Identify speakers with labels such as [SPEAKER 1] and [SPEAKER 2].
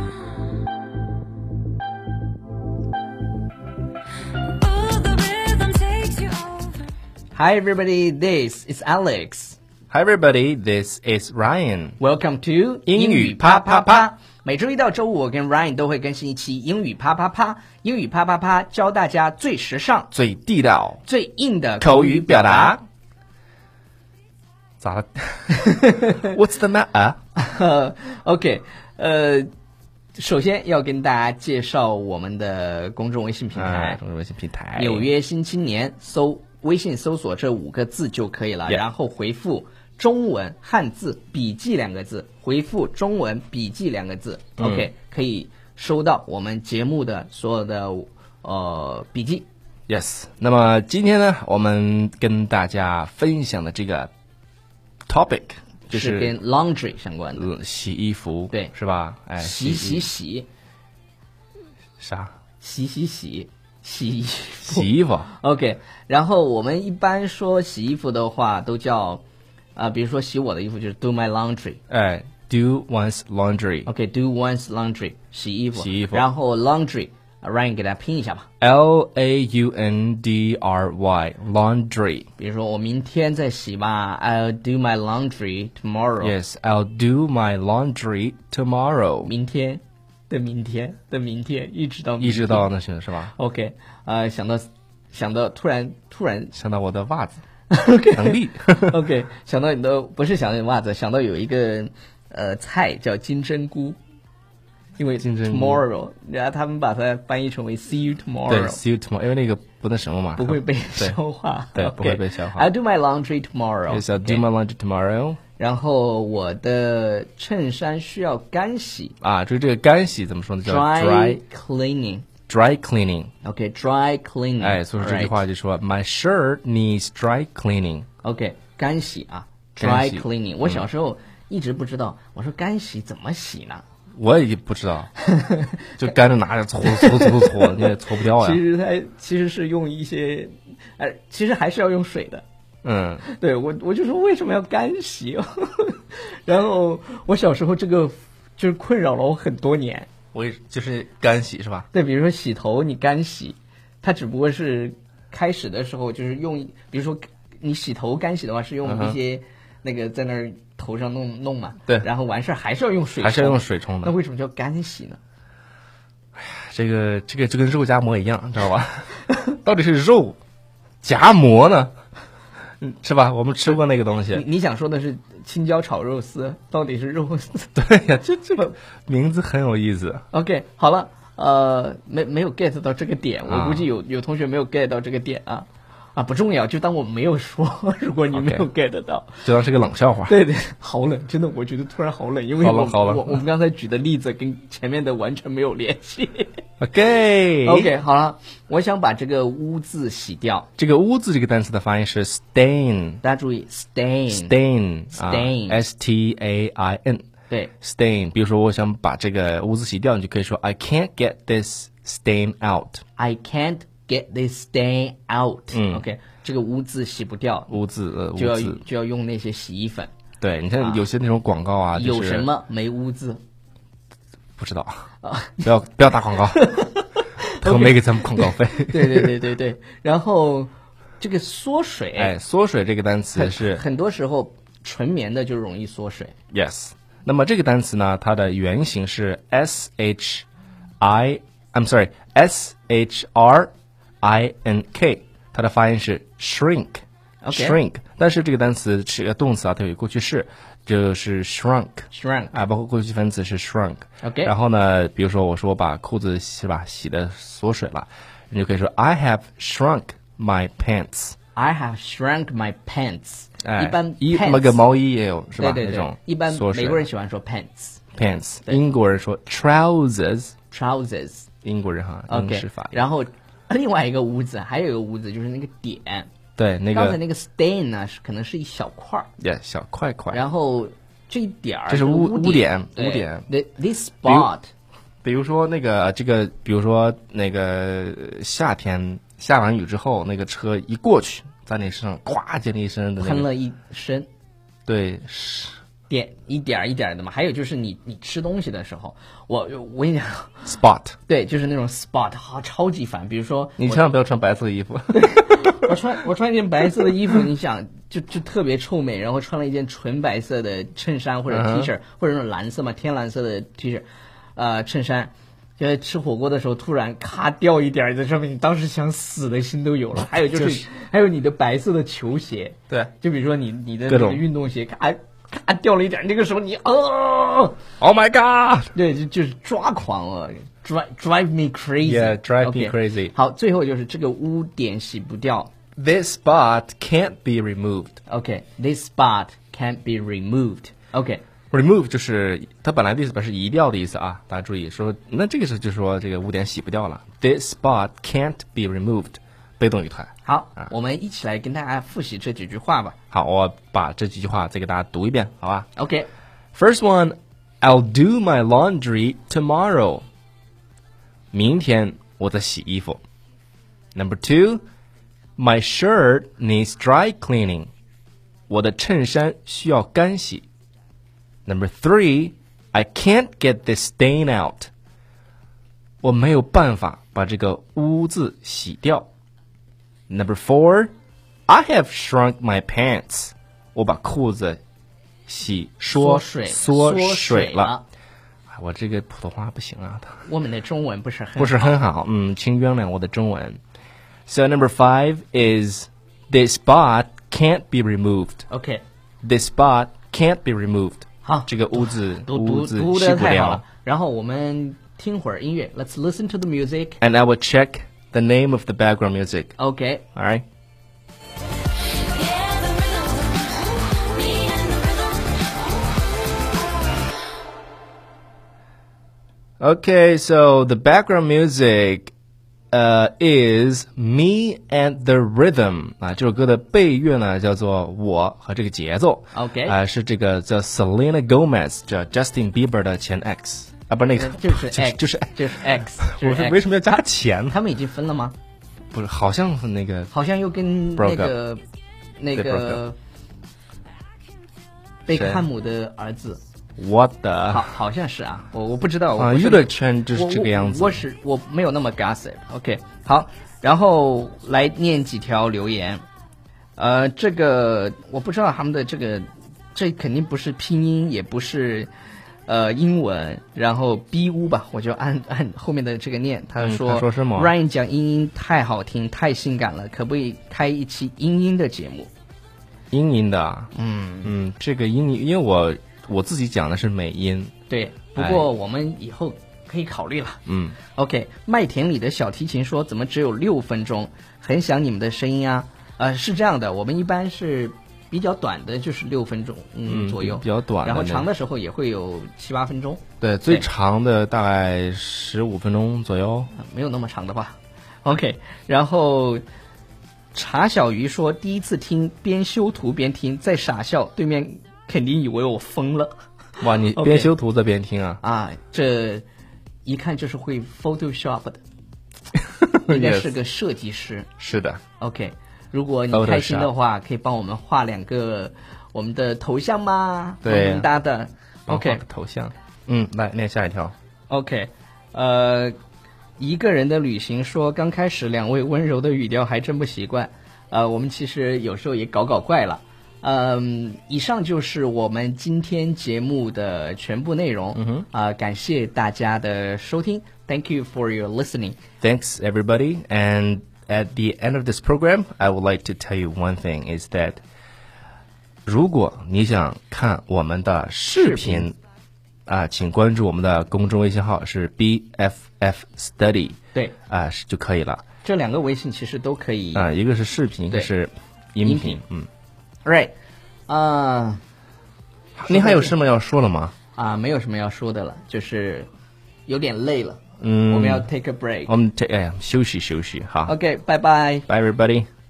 [SPEAKER 1] Oh,
[SPEAKER 2] Hi everybody, this is Alex.
[SPEAKER 3] Hi everybody, this is Ryan.
[SPEAKER 2] Welcome to
[SPEAKER 3] 英语啪啪啪。
[SPEAKER 2] 每周一到周五，我跟 Ryan 都会更新一期英语啪啪啪。英语啪啪啪，教大家最时尚、
[SPEAKER 3] 最地道
[SPEAKER 2] 最硬的
[SPEAKER 3] 口语
[SPEAKER 2] 语
[SPEAKER 3] 表达
[SPEAKER 2] 达。。
[SPEAKER 3] 咋了 ？What's the matter？
[SPEAKER 2] OK，呃，首先要跟大家介绍我们的公众微信平台
[SPEAKER 3] 哎，中文微信平台，
[SPEAKER 2] 纽约新青年搜微信搜索这五个字就可以了
[SPEAKER 3] Yeah
[SPEAKER 2] 然后回复中文汉字笔记两个字，回复中文笔记两个字、o k 可以收到我们节目的所有的呃笔记。
[SPEAKER 3] Yes，那么今天呢，我们跟大家分享的这个 topic 就是是
[SPEAKER 2] 跟 laundry 相关的，
[SPEAKER 3] 呃洗衣服，
[SPEAKER 2] 对
[SPEAKER 3] 是吧？哎，
[SPEAKER 2] 洗
[SPEAKER 3] 衣
[SPEAKER 2] 洗洗
[SPEAKER 3] 啥？
[SPEAKER 2] 洗洗洗洗衣服。
[SPEAKER 3] 洗衣服
[SPEAKER 2] OK，然后我们一般说洗衣服的话，都叫啊、比如说洗我的衣服就是 do my laundry，
[SPEAKER 3] 哎，do one's laundry。
[SPEAKER 2] OK，do、one's laundry，洗衣服，
[SPEAKER 3] 洗衣服
[SPEAKER 2] 然后 laundry，Ryan 给大家拼一下吧。
[SPEAKER 3] L A U N D R Y laundry.
[SPEAKER 2] 比如说我明天再洗吧，I'll do my laundry tomorrow。
[SPEAKER 3] Yes, I'll do my laundry tomorrow.
[SPEAKER 2] 明天的明天的明天，一直到明天
[SPEAKER 3] 意识到那些是吧？
[SPEAKER 2] OK，呃，想到想到突然突然
[SPEAKER 3] 想到我的袜子
[SPEAKER 2] OK
[SPEAKER 3] 能力，
[SPEAKER 2] OK，想到你的不是想到你的袜子，想到有一个呃菜叫金针菇，因为
[SPEAKER 3] 金针菇
[SPEAKER 2] tomorrow，然后他们把它翻译成为 see you tomorrow。
[SPEAKER 3] 对，see you tomorrow，因为那个不那什么嘛，
[SPEAKER 2] 不会被
[SPEAKER 3] 对
[SPEAKER 2] 消化，
[SPEAKER 3] 对
[SPEAKER 2] OK
[SPEAKER 3] 不会被消化
[SPEAKER 2] I do my laundry tomorrow.
[SPEAKER 3] Yes, I'll do
[SPEAKER 2] OK
[SPEAKER 3] my laundry tomorrow.
[SPEAKER 2] 然后我的衬衫需要干洗
[SPEAKER 3] 啊，就是这个干洗怎么说呢？叫 dry
[SPEAKER 2] ，dry cleaning.
[SPEAKER 3] dry cleaning。
[SPEAKER 2] OK, dry cleaning.
[SPEAKER 3] 哎，所以说这句话
[SPEAKER 2] Alright.
[SPEAKER 3] 就说 My shirt needs dry cleaning。
[SPEAKER 2] OK，干洗啊
[SPEAKER 3] 干
[SPEAKER 2] ，dry
[SPEAKER 3] 洗嗯
[SPEAKER 2] cleaning。我小时候一直不知道，我说干洗怎么洗呢？
[SPEAKER 3] 我也不知 道，就干着拿着搓搓搓 搓，你也搓不掉
[SPEAKER 2] 其
[SPEAKER 3] 哦呀。
[SPEAKER 2] 实它其实是用一些，呃，其实还是要用水的。
[SPEAKER 3] 嗯，
[SPEAKER 2] 对我，我就说为什么要干洗？ 然后我小时候这个就是困扰了我很多年。
[SPEAKER 3] 我也就是干洗是吧？
[SPEAKER 2] 对，比如说洗头，你干洗，它只不过是开始的时候就是用，比如说你洗头干洗的话是
[SPEAKER 3] 嗯
[SPEAKER 2] 用
[SPEAKER 3] 哼
[SPEAKER 2] 一些那个在那儿头上弄弄嘛，
[SPEAKER 3] 对
[SPEAKER 2] 然后完事儿还是要用水，
[SPEAKER 3] 还是要用。水冲
[SPEAKER 2] 那
[SPEAKER 3] 的。
[SPEAKER 2] 为什么叫干洗呢？
[SPEAKER 3] 这个这个就跟肉夹馍一样，你知道吧？ 到底是肉夹馍呢，嗯是吧？我们吃过那个东西。
[SPEAKER 2] 你你想说的是青椒炒肉丝到底是肉丝？
[SPEAKER 3] 对呀，这这个名字很有意思。
[SPEAKER 2] OK，好了，呃，没没有 get 到这个点，我
[SPEAKER 3] 啊
[SPEAKER 2] 估计有有同学没有 get 到这个点啊，啊不重要，就当我没有说。 如果你没有 get 到
[SPEAKER 3] 就当是个冷笑 话。
[SPEAKER 2] 对对，好冷，真的，我觉得突然好冷，因为
[SPEAKER 3] 好冷
[SPEAKER 2] 我
[SPEAKER 3] 好冷
[SPEAKER 2] 我我们刚才举的例子跟前面的完全没有联系。
[SPEAKER 3] OK
[SPEAKER 2] OK，好了，我想把这个污渍洗掉，
[SPEAKER 3] 这个“污渍”这个单词的发音是 stain
[SPEAKER 2] 大家注意 stain，
[SPEAKER 3] stain 啊
[SPEAKER 2] Stain
[SPEAKER 3] s t a i n
[SPEAKER 2] 对
[SPEAKER 3] stain。比如说，我想把这个污渍洗掉，你就可以说 I can't get this stain out。
[SPEAKER 2] ，I can't get this stain out、
[SPEAKER 3] 嗯
[SPEAKER 2] OK，这个污渍洗不掉，
[SPEAKER 3] 污渍，呃，污
[SPEAKER 2] 就要
[SPEAKER 3] 渍。
[SPEAKER 2] 就要用那些洗衣粉。
[SPEAKER 3] 对你看，有些那种广告啊，就
[SPEAKER 2] 有
[SPEAKER 3] 是
[SPEAKER 2] 什么没污 渍？
[SPEAKER 3] 不知道，不要不要打 广告，他们没给咱们广告费。
[SPEAKER 2] 对对对对对。然后这个缩水，
[SPEAKER 3] 哎，缩水这个单
[SPEAKER 2] 很
[SPEAKER 3] 词是
[SPEAKER 2] 很多时候纯棉的就容易缩水。
[SPEAKER 3] Yes，那么这个单词呢，它的原型是 S H I I'm sorry S H R I N K，它的发音是 shrink。
[SPEAKER 2] OK
[SPEAKER 3] shrink，但是这个单词是个动词啊，它有过去式，就是 shrunk，
[SPEAKER 2] Shrunk
[SPEAKER 3] 啊，包括过去分词是 shrunk。
[SPEAKER 2] OK
[SPEAKER 3] 然后呢，比如说我说我把裤子是吧洗的缩水了，你就可以说 I have shrunk my pants。
[SPEAKER 2] I have shrunk my pants。一
[SPEAKER 3] 哎，
[SPEAKER 2] 般
[SPEAKER 3] 衣
[SPEAKER 2] pants,
[SPEAKER 3] 那个毛衣也有是吧？
[SPEAKER 2] 对对
[SPEAKER 3] 那
[SPEAKER 2] 对
[SPEAKER 3] 种，
[SPEAKER 2] 一般
[SPEAKER 3] 缩水
[SPEAKER 2] 美国人喜欢说 pants
[SPEAKER 3] pants，英国人说 trousers，
[SPEAKER 2] trousers。
[SPEAKER 3] 英国人哈，英
[SPEAKER 2] OK，
[SPEAKER 3] 式发音。
[SPEAKER 2] 然后另外一个污渍，还有一个污渍就是那个点。
[SPEAKER 3] 对那
[SPEAKER 2] 刚才
[SPEAKER 3] 个
[SPEAKER 2] 那个 stain 呢，是可能是一小块儿，
[SPEAKER 3] 也小块块。
[SPEAKER 2] 然后这一点儿
[SPEAKER 3] 这是污
[SPEAKER 2] 污
[SPEAKER 3] 污点
[SPEAKER 2] 对
[SPEAKER 3] 污点
[SPEAKER 2] 对 This spot
[SPEAKER 3] 比如说那个这个，比如说那个呃夏天下完雨之后，那个车一过去，在你身上咵溅了一身的那
[SPEAKER 2] 喷
[SPEAKER 3] 个，
[SPEAKER 2] 了一身
[SPEAKER 3] 对，是
[SPEAKER 2] 点一点儿一点儿的嘛。还有就是你你吃东西的时候，我我跟你讲，
[SPEAKER 3] spot。
[SPEAKER 2] 对，就是那种 spot 哈、超级烦。比如说
[SPEAKER 3] 你千万不要穿白色的衣服，
[SPEAKER 2] 我穿我穿一件白色的衣服，你想就就特别臭美，然后穿了一件纯白色的衬衫或者
[SPEAKER 3] 嗯哼
[SPEAKER 2] T 恤、或者那种蓝色嘛天蓝色的 T 恤，呃衬衫，就在吃火锅的时候突然咔掉一点儿在上面，你当时想死的心都有了。还有就是、
[SPEAKER 3] 就是
[SPEAKER 2] 还有你的白色的球鞋，
[SPEAKER 3] 对，
[SPEAKER 2] 就比如说你你的
[SPEAKER 3] 各
[SPEAKER 2] 那
[SPEAKER 3] 种
[SPEAKER 2] 个运动鞋咔咔掉了一点儿，那个时候你啊，
[SPEAKER 3] Oh my god！
[SPEAKER 2] 对，就就是抓狂了，drive drive me crazy。
[SPEAKER 3] Yeah, drive me
[SPEAKER 2] OK
[SPEAKER 3] crazy
[SPEAKER 2] 好，最后就是这个污点洗不掉。
[SPEAKER 3] This spot can't be removed.
[SPEAKER 2] OK, this spot can't be removed. OK,
[SPEAKER 3] Remove 就是它本来的意思表示移掉的意思啊，大家注意说，那这个时候就说这个污点洗不掉了。This spot can't be removed，被动语态。
[SPEAKER 2] 好，
[SPEAKER 3] 啊
[SPEAKER 2] 我们一起来跟大家复习这几句话吧。
[SPEAKER 3] 好，我把这几句话再给大家读一遍，好吧
[SPEAKER 2] OK，
[SPEAKER 3] ？First one, I'll do my laundry tomorrow。明天我在洗衣服。Number two, my shirt needs dry cleaning。我的衬衫需要干洗。Number three, I can't get this stain out。我没有办法把这个污渍洗掉。Number four, I have shrunk my pants。我把裤子洗缩
[SPEAKER 2] 水
[SPEAKER 3] 缩
[SPEAKER 2] 水
[SPEAKER 3] 水了。。哎我这个普通话不行啊。
[SPEAKER 2] 我们的中文不是很
[SPEAKER 3] 不是很好，嗯，请原谅我的中文。So number five is this spot can't be removed.
[SPEAKER 2] OK，
[SPEAKER 3] This spot can't be removed.
[SPEAKER 2] 好
[SPEAKER 3] 这个污渍
[SPEAKER 2] 读
[SPEAKER 3] 污
[SPEAKER 2] 读
[SPEAKER 3] 渍
[SPEAKER 2] 读
[SPEAKER 3] 洗
[SPEAKER 2] 的
[SPEAKER 3] 不
[SPEAKER 2] 太好
[SPEAKER 3] 掉
[SPEAKER 2] 了。。然后我们听会儿音乐，Let's listen to the music。
[SPEAKER 3] And I will check the name of the background music.
[SPEAKER 2] OK，
[SPEAKER 3] All right.
[SPEAKER 1] Yeah, the rhythm, me and the rhythm.
[SPEAKER 3] Okay, so the background music uh, is Me and the Rhythm 啊，这首歌的配乐呢叫做我和这个节奏。
[SPEAKER 2] OK
[SPEAKER 3] 啊、是这个叫 Selena Gomez，叫 Justin Bieber 的前 X 啊，不是那个，
[SPEAKER 2] 呃就是 X，
[SPEAKER 3] 就是。
[SPEAKER 2] 就是 X，就
[SPEAKER 3] 我
[SPEAKER 2] 是
[SPEAKER 3] 说为
[SPEAKER 2] X。
[SPEAKER 3] 什么要加前呢？
[SPEAKER 2] 他们已经分了吗？
[SPEAKER 3] 不是，好像是那个
[SPEAKER 2] 好像又跟
[SPEAKER 3] Broke
[SPEAKER 2] 那个那
[SPEAKER 3] 对，broke
[SPEAKER 2] 个贝克汉姆的儿子。
[SPEAKER 3] What the
[SPEAKER 2] 好，好像是啊，我我不知道。我
[SPEAKER 3] 啊，
[SPEAKER 2] 不
[SPEAKER 3] 娱
[SPEAKER 2] 是
[SPEAKER 3] 乐圈就是
[SPEAKER 2] 我
[SPEAKER 3] 这个样子
[SPEAKER 2] 我我。是我没有那么 gossip。OK，好，然后来念几条留言。呃，这个我不知道他们的这个，这肯定不是拼音，也不是呃英文，然后 B 屋吧，我就按按后面的这个念。他
[SPEAKER 3] 嗯
[SPEAKER 2] 说、
[SPEAKER 3] 他说什么
[SPEAKER 2] r y a n 讲英音太好听，太性感了，可不可以开一期英音的节目？
[SPEAKER 3] 英音的，
[SPEAKER 2] 嗯，
[SPEAKER 3] 嗯，这个英音，因为我我自己讲的是美音，
[SPEAKER 2] 对。不
[SPEAKER 3] 哎
[SPEAKER 2] 过我们以后可以考虑了。
[SPEAKER 3] 嗯。
[SPEAKER 2] OK，麦田里的小提琴说：“怎么只有六分钟？很想你们的声音啊！”呃，是这样的，我们一般是比较短的，就是六分钟嗯
[SPEAKER 3] 嗯
[SPEAKER 2] 左右，
[SPEAKER 3] 比较短的
[SPEAKER 2] 然后
[SPEAKER 3] 那
[SPEAKER 2] 长的时候也会有七八分钟，
[SPEAKER 3] 对，最
[SPEAKER 2] 对
[SPEAKER 3] 长的大概十五分钟左右。
[SPEAKER 2] 呃没有那么长的吧？OK，然后茶小鱼说：“第一次听，边修图边听，在傻笑，对面肯定以为我疯了
[SPEAKER 3] 哇，你
[SPEAKER 2] OK
[SPEAKER 3] 边修图在边听啊？
[SPEAKER 2] 啊！”这一看就是会 Photoshop 的，应该
[SPEAKER 3] Yes，
[SPEAKER 2] 是个设计师。
[SPEAKER 3] 是的，
[SPEAKER 2] OK，如果你
[SPEAKER 3] Photoshop
[SPEAKER 2] 开心的话，可以帮我们画两个我们的头像吗？
[SPEAKER 3] 对啊
[SPEAKER 2] 萌萌哒的。
[SPEAKER 3] 帮我画
[SPEAKER 2] OK
[SPEAKER 3] 个头像。嗯，来念下一条。
[SPEAKER 2] OK，呃，一个人的旅行说，刚开始两位温柔的语调还真不习惯，呃，我们其实有时候也搞搞怪了。嗯，以上就是我们今天节目的全部内容。嗯哼，啊、感谢大家的收听，Thank you for your listening。
[SPEAKER 3] Thanks everybody. And at the end of this program, I would like to tell you one thing is that 如果你想看我们的
[SPEAKER 2] 视
[SPEAKER 3] 视频啊，请关注我们的公众微信号是 BFF Study
[SPEAKER 2] 对，哎
[SPEAKER 3] 啊是就可以了
[SPEAKER 2] 这两个微信其实都可以。
[SPEAKER 3] 啊，一个是视频，一个
[SPEAKER 2] 对
[SPEAKER 3] 是音
[SPEAKER 2] 音
[SPEAKER 3] 频
[SPEAKER 2] 频。
[SPEAKER 3] 嗯，
[SPEAKER 2] Right，啊、
[SPEAKER 3] 您还有什么要说的吗？
[SPEAKER 2] 啊，没有什么要说的了，就是有点累了，
[SPEAKER 3] 嗯
[SPEAKER 2] 我们要 take a break。
[SPEAKER 3] 我们这哎呀休息休息哈。
[SPEAKER 2] OK，拜拜。
[SPEAKER 3] Bye everybody.
[SPEAKER 1] oh,